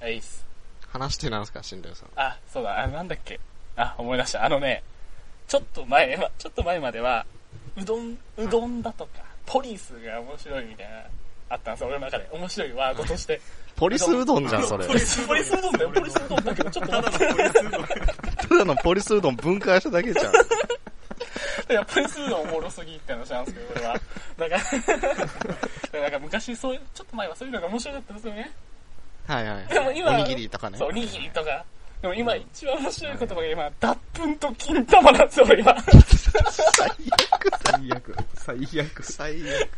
はいっす。話してなんすか、新藤さん。あ、そうだ、あ、なんだっけ。あ、思い出した。あのね、ちょっと前は、ちょっと前までは、うどん、うどんだとか、ポリスが面白いみたいな、あったんですよ、俺の中で。面白いワードとして。ポリスうどんじゃん、 それ。ポリス、ポリスうどんだよ、ポリスうどんだけど、ちょっと待って。ただのポリスうどん分解しただけじゃん。いや、ポリスうどんおもろすぎって話なんですけど、俺は。だから、 なんか昔そういう、ちょっと前はそういうのが面白かったんですよね。はいはいでもは今い。おにぎりとかねそ。う、おにぎりとか。でも今一番面白い言葉が今、脱粉と金玉なんですよ、俺今。最悪。最悪。最悪。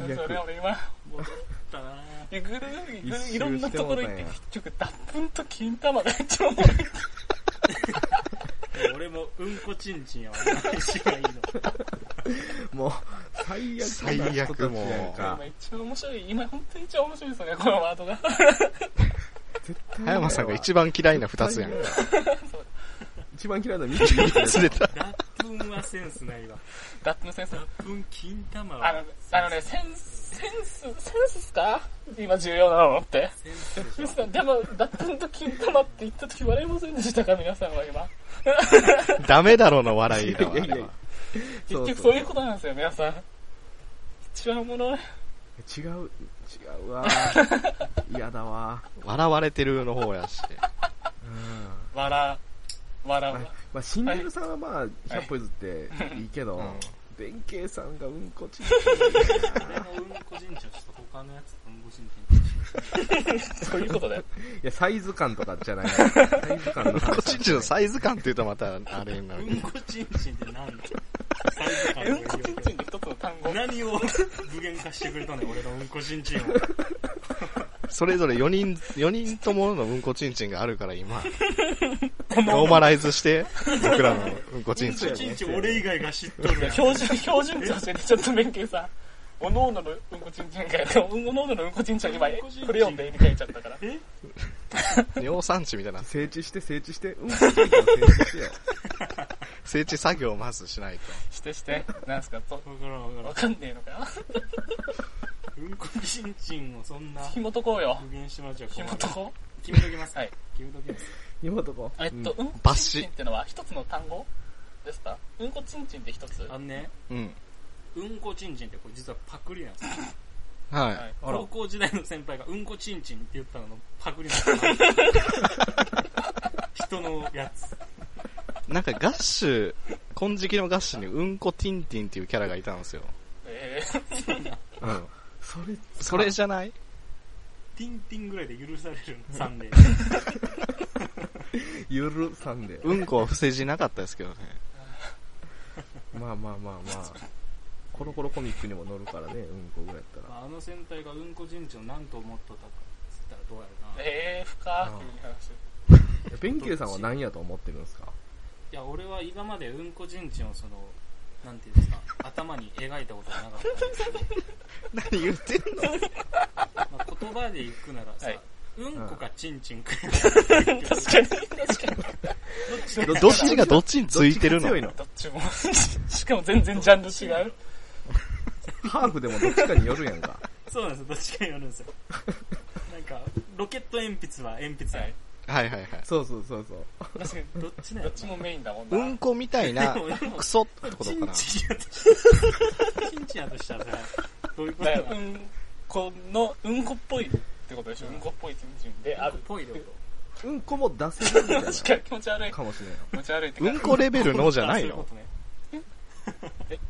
それ俺今、戻ったなぁ。ぐるぐるいろんなところ行って、結局、脱粉と金玉が一番おもろい。俺もうんこちんちんやわ。一番いいの。もう、最悪。最悪もう今一番面白い、今本当に一番面白いですよね、このワードが。 葉山さんが一番嫌いな二つやん。一番嫌いなの見て 忘れた。ラップンはセンスないわ。脱粉先生ラ。ップン金玉あのは、あのね、センス、センス、センスっすか今重要なのって。センスでしょ。でも、脱粉と金玉って言った時笑いませんでしたか皆さんは今。ダメだろうの笑いだわ。いやいやいやあれはそ結う局そういうことなんですよ、皆さん。一番おもろい。違う、違うわ。嫌だわ。笑われてるの方やし。うん。笑、笑うまあ。、まあ、シンデレラさんはまあ、100歩譲っていいけど、弁慶さんがうんこちんち俺もうんこちんちんはちょっと他のやつとうんこちんそういうことだよ。んいや、サイズ感とかじゃない。サイズ感のこっ話。ちんちのサイズ感って言うとまた、あれになちるん。けうんど。こちんちんって何だサイズ感うんこちんがちんって一つの単語。何を具現化してくれたんだよ、俺のうんこちんちんを。それぞれ4人、4人とものうんこちんちんがあるから今。ノーマライズして、僕らのうんこちんちんうんこ。ちんちん俺以外が知っとるやん。標準、標準値教えて、ちょっと弁慶さん。おのおののうんこちんちんかよ。おのおののうんこちんちん今、クレヨンで描いちゃったから。え尿産地みたいな。整地して、整地して、うんこちんちんを整地してよ。整地作業をまずしないと。してして。なんすか、とわからんわわかかんねえのかよ。らん。うんこちんちんをそんな紐解こうよ。具現してもらっちゃ困紐る解。こ決めときます。はい。決めときます。今とこ。う。えっと、うんこバッちんシちんってのは一つの単語ですかうんこちんちんって一つあのね、うん。うんこちんちんってこれ実はパクリなんですよ。はい。はいあら高校時代の先輩がうんこちんちんって言ったののパクリ なんですよ。人のやつ。なんかガッシュ、金色のガッシュにうんこティンティンっていうキャラがいたんですよ。えーうん。それ、それじゃないティンティンぐらいで許されるの、サンデー。ゆるさんで。うんこは不正字なかったですけどね。まあまあまあまあ。コロコロコミックにも乗るからね、うんこぐらいやったら。あの先輩がうんこちんちんを何と思っとったかつったらどうやろうな。いえー、深くに話 していや弁慶さんは何やと思ってるんですかや、俺は今までうんこちんちんをその、なんていうんですか、頭に描いたことがなかったん ですけど、何言ってんのまあ、言葉でいくならさ、はいうんこかちんちんか、る。確かに、確かに。どっちかどどっちがどっちについてるのどっちが強いどっちも。 しかも全然ジャンル違う。のハーフでもどっちかによるやんか。そうなんですよ、どっちかによるんですよ。なんか、ロケット鉛筆は鉛筆やんはいはいはいはい。そうそうそうそう。確かに、どっちなんどやっちもメインだもんな。うんこみたい なでもでもクソってことかな。チンチンやとしたら、チンチンやとしたらさ、どういうことだなかのらうんこの、うんこっぽいってことでしょうんこっぽいちんちんでああるるっ。ぽいでこと。うんこも出せるみたいな。確かに気持ち悪い。かもしれん。気持ち悪いってかうんこレベルのじゃないあそういのうことね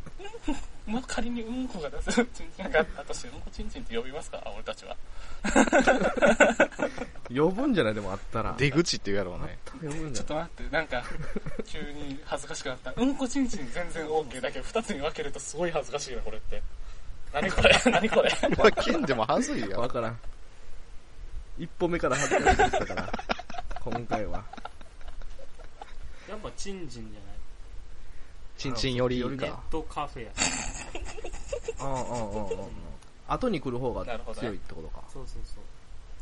まあ、仮にうんこが出せるちんちんがあったとして、うんこちんちんって呼びますか俺たちは。呼ぶんじゃないでもあったら。出口って言うやろうね。呼ぶんじちょゃっと待って、なんか、急に恥ずかしくなった。うんこちんちん全然 OK だけど、二つに分けるとすごい恥ずかしいな、これって。何これ何これまあ、剣でもはずいないわよ。からん。一歩目から恥ずかしかったから。今回は。やっぱチンチンじゃない。ちんちんよりいよいりねか。とカフェや。うんうんうんうんうん。後に来る方がなるほどね強いってことか。そうそうそう。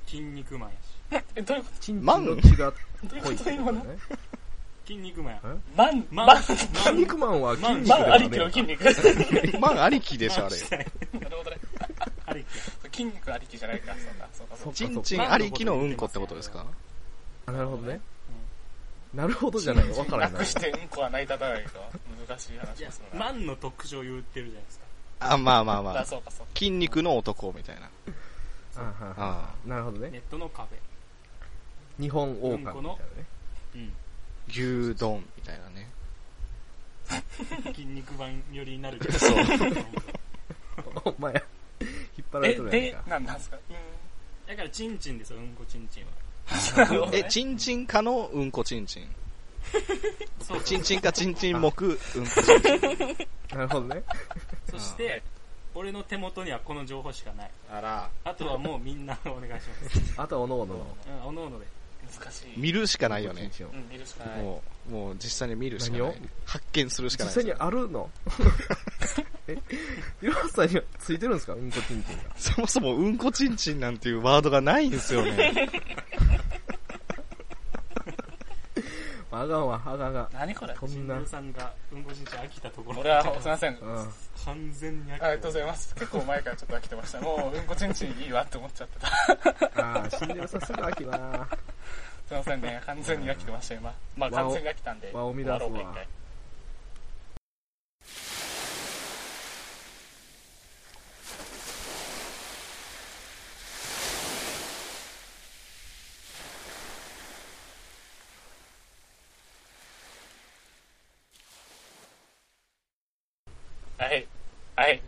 筋肉マンやし。え、どういうこチンチンマンの血がとどういう濃いっことてこ今とねの。筋肉マンやえ。マン、ママンン、筋肉マンは筋肉マだンかあらりきの筋ね。肉。なるまあ、ありきでしょ、あマンれ。したいほどね。ありきや筋肉ありきじゃないか、そんな、そんなそっかちそっんかちんありきのうんこってことですかあなるほどね、なるほどじゃないよわからんな楽してうんこは成り立たないと、難しいい話やをするな。万の特徴言ってるじゃないですかあ、まあまあまあ、あ。そうか、そうか。筋肉の男みたいな。あはんはああんなるほどネねットのカフ日本王うん冠みたこいなのねェうん牛丼みたいなね。筋肉版寄りになるけどそうお前引っ張られえ、とるやんでか、なんなんすかだからチンチンですようんこチンチンはうん。なるほどえ、ねちんちんかのうんこちんちん。そうそうちんちんかちんちん木、うんこちんちん。なるほどねそして俺の手元にはこの情報しかないあら、あとはもうみんなお願いしますあとはおのおののうんおのおので難しい。見るしかないようんねこ。ちんちんをうん、見るしかない。もう、もう実際に見るしかな何いを。発見するしか実ない際に。あるのえいろはさんにはついてるんですかうんこちんちんがそもそもうんこちんちんなんていうワードがないんですよね。あがんわあがんあがん何これこん新な宮さんがうんこちんちん飽きたところ俺は、すいません。うん完全に飽きあたりがとうございます。結構前からちょっと飽きてました。もう、うんこちんちんいいわって思っちゃってた。ああ、死んでるさ、すぐ飽きな。すいませんね、完全に飽きてました、今。まあ、わお完全に飽きたんで。わお見出す終わわろうか、一回。はい。はい。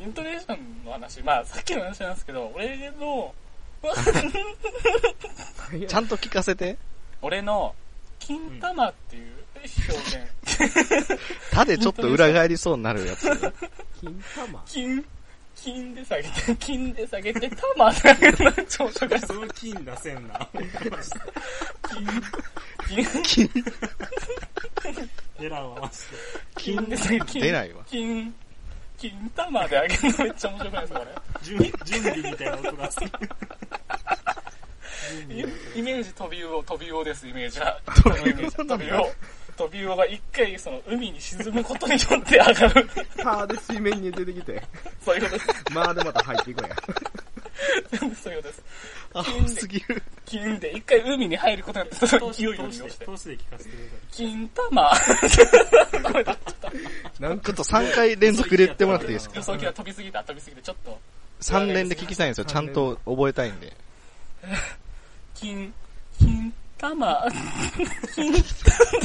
イントネーションの話、まあ、さっきの話なんですけど、俺 の、いやちゃんと聞かせて。俺の、金玉っていう表現。たでちょっと裏返りそうになるやつ。金玉金、金で下げて、金で下げて、玉下げて、朝食が、その金出せんな金、金、エラーはマジで金で下げて、金出な いわ金、金玉で上げるのめっちゃ面白くないですか、こ準準備みたいな音がするれ。イイメージ飛び魚、飛び魚です、イメージは。飛び魚。飛び魚。飛び魚が一回、その、海に沈むことによって上がる。パーで水面に出てきて、そういうことです。まあでまた入っていくんや。全部そういうことです。青すぎる。金で一回海に入ることによって、その通し勢いを利用通ししてて。通しで聞かせてください金玉。ごめんなさいなんちょかっと3回連続で言ってもらっていいですか予想機は飛びすぎた、飛びすぎて、ちょっと。 3連で聞きたいんですよ。ちゃんと覚えたいんで。金、金玉、金、ダ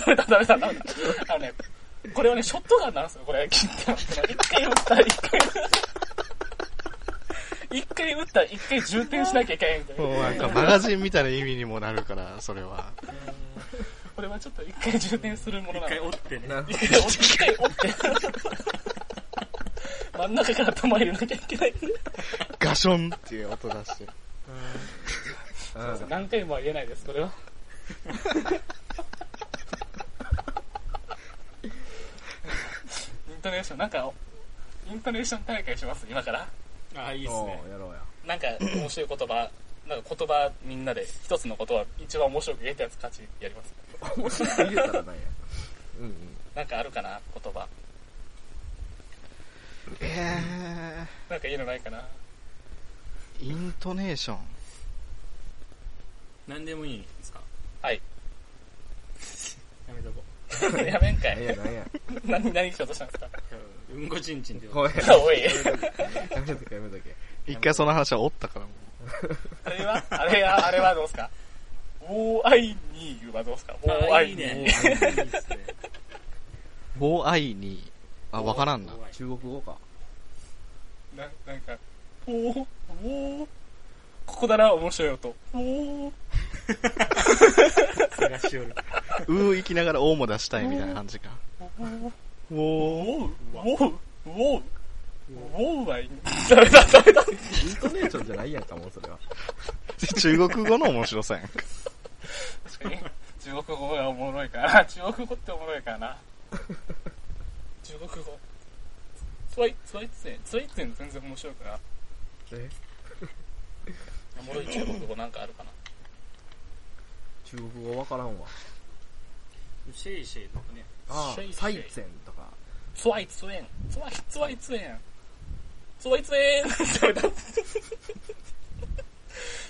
メだ、ダメだ、ダメだ。あのね、これはね、ショットガンなんですよ、これ。金玉ってのは。一回撃ったら一回撃った。一回撃ったら一回充填しなきゃいけないみたいもうなんな。かマガジンみたいな意味にもなるから、それは。これはちょっと一回充填するものな一の回。折ってねな一回折って、一回折って。 真ん中から玉入れなきゃいけないんで。ガションっていう音出して。うん何回もは言えないです、これは。イントネーション、なんか、イントネーション大会します、今から。ああいいっすおねうやろうや。なんか、面白い言葉、なんか言葉みんなで、一つの言葉、一番面白く言えたやつ勝ちやります。面白く言えたらなんや。うんうん。なんかあるかな、言葉。えなんかいいのないかな。ー、イントネーション。何でもいいんですかはい。 やめとこやめんかなんやい。なんや。何、何しようとしたんですかううんこちんちんってごめん。やお い。めとけやめとけ。一回その話はおったからもあれはあれは、あれはどうですかおーいにーはどうですかおーああいいいにー。ねいいっすねう。ボーアイに、あ、わからん な。怖い中国語か。ななんか、おー、おー、ここだな、面白い音。おー、探しよるうー行きながらおーも出したいみたいな感じか。おー、おー。おー、おー、おー、おーはいい。ダメだ、ダメだ。イントネーションじゃないやんか、もうそれは。 中国語の面白さやんか。確かに、中国語がおもろいからな。中国語っておもろいからな。中国語。ツワイ、ツワイツェン、ツワイツェン全然面白くない。えおもろい中国語なんかあるかな。中国語わからんわ。シェイシェイとかねああシェイ、シェイサイツェンとか。ツワイツェン、ツワイ、ツワイツェン。そばいつめーん って言われた。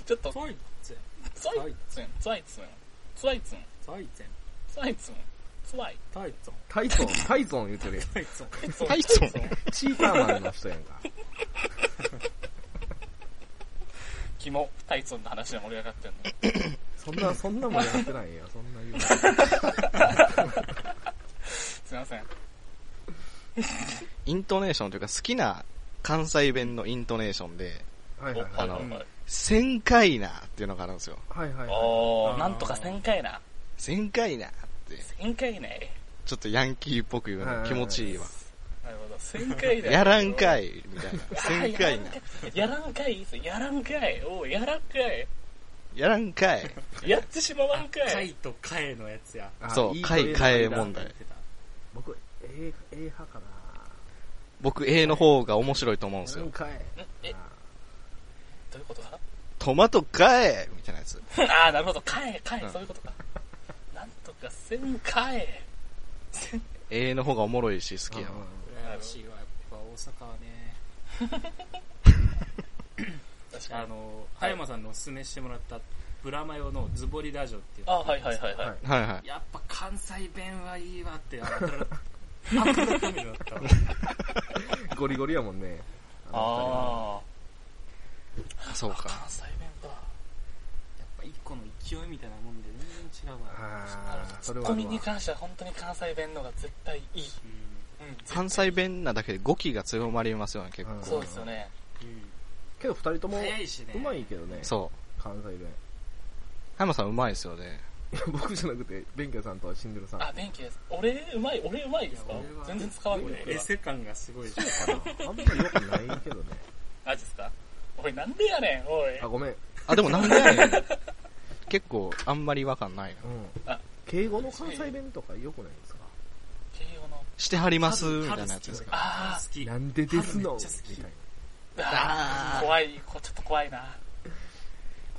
ちょっと、ザイゼン、そいつん、そいつん、そいつん、ザイゼン、そいつん、そいタイゾン、タイソン、タイソン言ってるやん。タイゾン。つん。タイソンチーターマンの人やんか。キモ、タイツンの話で盛り上がってんの。そんな、そんなもんやってないよ。そんな言うの。すいません。イントネーションというか好きな関西弁のイントネーションで、はいはおいははいい。はいはい1000回なっていうのがあるんですよ。はいはいはい。おあー、ーなんとか1000回な。 1000回なって、 1000回ね。ちょっとヤンキーっぽく言うの気持ちいいわ。なるほど、1000回だ。やらんか。い、みたいな。1000やら回んなか。い。やらんかいいいっすやらんかい。おうやらんかい。やらんかい。やってしまわんかカい。イとカエのやつや。あそう、かい、かえ問。題。僕、A、A 派かな。僕、A の方が面白いと思うんですなよん。かい。んえ、どういうことかトマトかえみたいなやつ。 ああ、なるほど。かえ、かえうん、そういうことか。なんとか1000かえ。 A の方がおもろいし好きやわ。羨ましいわ、やっぱ大阪はね。確かあに。の、葉山さんのおすすめしてもらった、ブラマヨのズボリラジオっていう。あはいはいはいははいい。はいはい。やっぱ関西弁はいいわって、あの、あのためになったわ。うんゴリゴリやもんね。ああそうあ。か。関西弁か。やっぱ一個の勢いみたいなもんで全然違のう二人わ。はあー、ツそれッはコあるミわに関しては本当に関西弁のが絶対いい。うん。うん、関西弁なだけで語気が強まりますよね、結うん構。そうですよね。うん。けど二人とも、早いしね。うまいけどね。そう。関西弁。ハ山さんうまいですよね。いや 僕じゃなくて、弁慶さんとはシンデレさん。あ、電気です。俺、うまい、俺うまいですかいや俺は全然使わんねエセ感がすごいし。あんまり良くないけどね。マジですかおい、なんでやねん、おいあ、。ごめん。うん。あ、でもなんでやねん。 結構あんまり違和感ないな。あ敬語の関西弁とか良くないですか慶応の。してはりますみたいなやつですか。あ好き。なんでですの春めっちゃ好きみたいな。ーあー、怖い、こちょっと怖いな。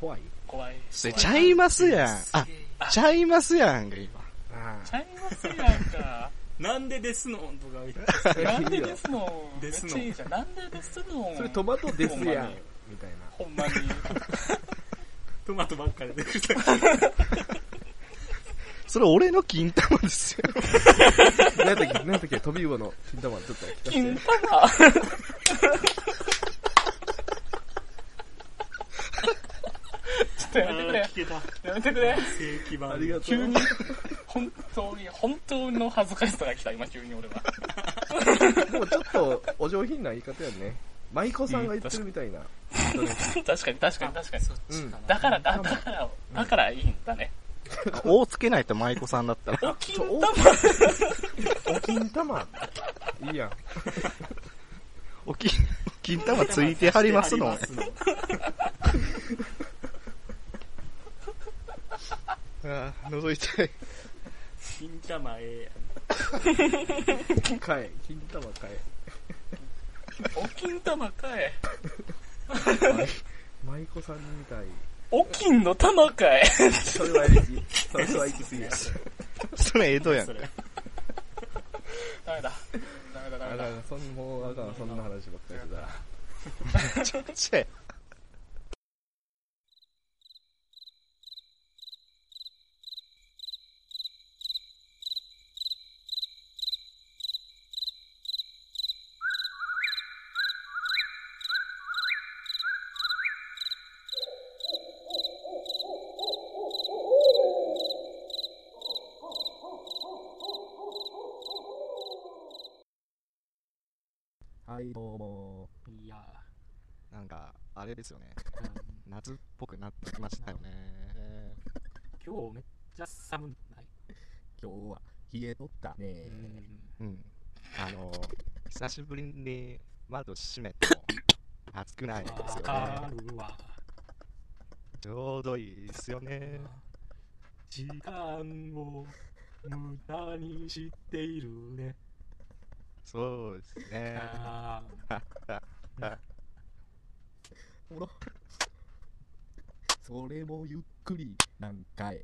怖い怖い。せち怖いゃいますやん。あ、あちゃいますやんが今。あちゃいますやんか。なんでですのんとか言って。あ。なんでですのめでっすのちゃいいじゃん。なんでですのそれトマトでほすやんんまに。みたいな。ほんまに。トマトばっかり出てくる。それ俺の金玉です よ。何やったっけ何やったっけ飛び魚の金玉ちょっと聞かせ金て。 玉。ちょっとやめてくれ。聞けた。やめてくれ。正規版。ありがとう。急に、本当に、本当の恥ずかしさが来た、今急に俺は。でもちょっとお上品な言い方やね。舞妓さんが言ってるみたいな。確かに確かに確かに。そっちかな。だから、だだから、だからいいんだね。大つけないと舞妓さんだったら。 お金玉お金玉。いいやん。お金、金玉ついてはりますのありまあー覗いたい。金玉えかえ。金玉かえ。お金玉かい。舞妓さんみたい。お金の玉かい。それは行き、それは行き過ぎや。それ江戸えややん。んそ。れ。ダメだ。ダメだ、ダあメだら。、そんもうあかん、そんな話ばっかりしてた。ちょちゃい。はい、どうも。いやなんか、あれですよね。ー、うん夏っぽくなってきましたよね。今日めっちゃ寒ない。今日は冷えとったねう。んうん。あの、久しぶりに窓閉めても暑くないですわよかね。るわ。ちょうどいいですよね。時間を無駄にしているね。そうですね。あほら。それもゆっくり、何回。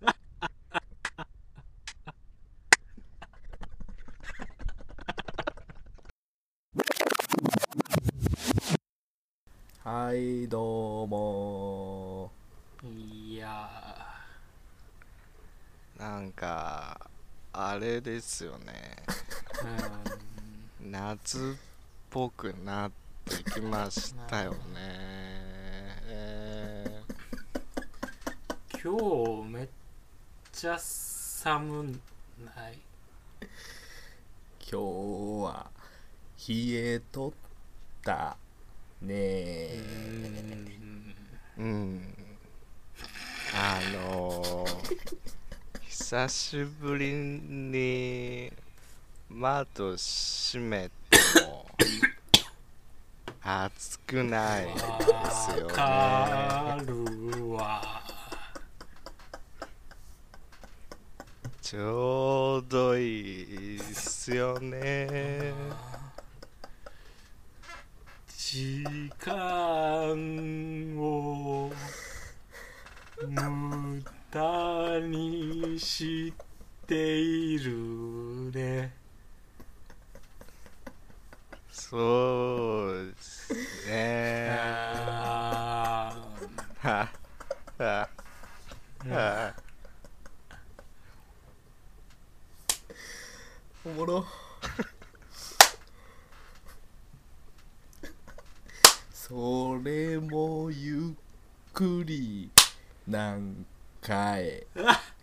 いどうもいやなんか、あれですよね。ーう夏っぽくなってきましたよね。えーん今日めっちゃ寒ない今日は冷えとったねうえーんーうん。あのー、久しぶりに窓閉めても暑くないですよね。わかるわちょうどいいっすよね。時間を無駄にしているねそうですね。あはははおもろそれもゆっくり何回ー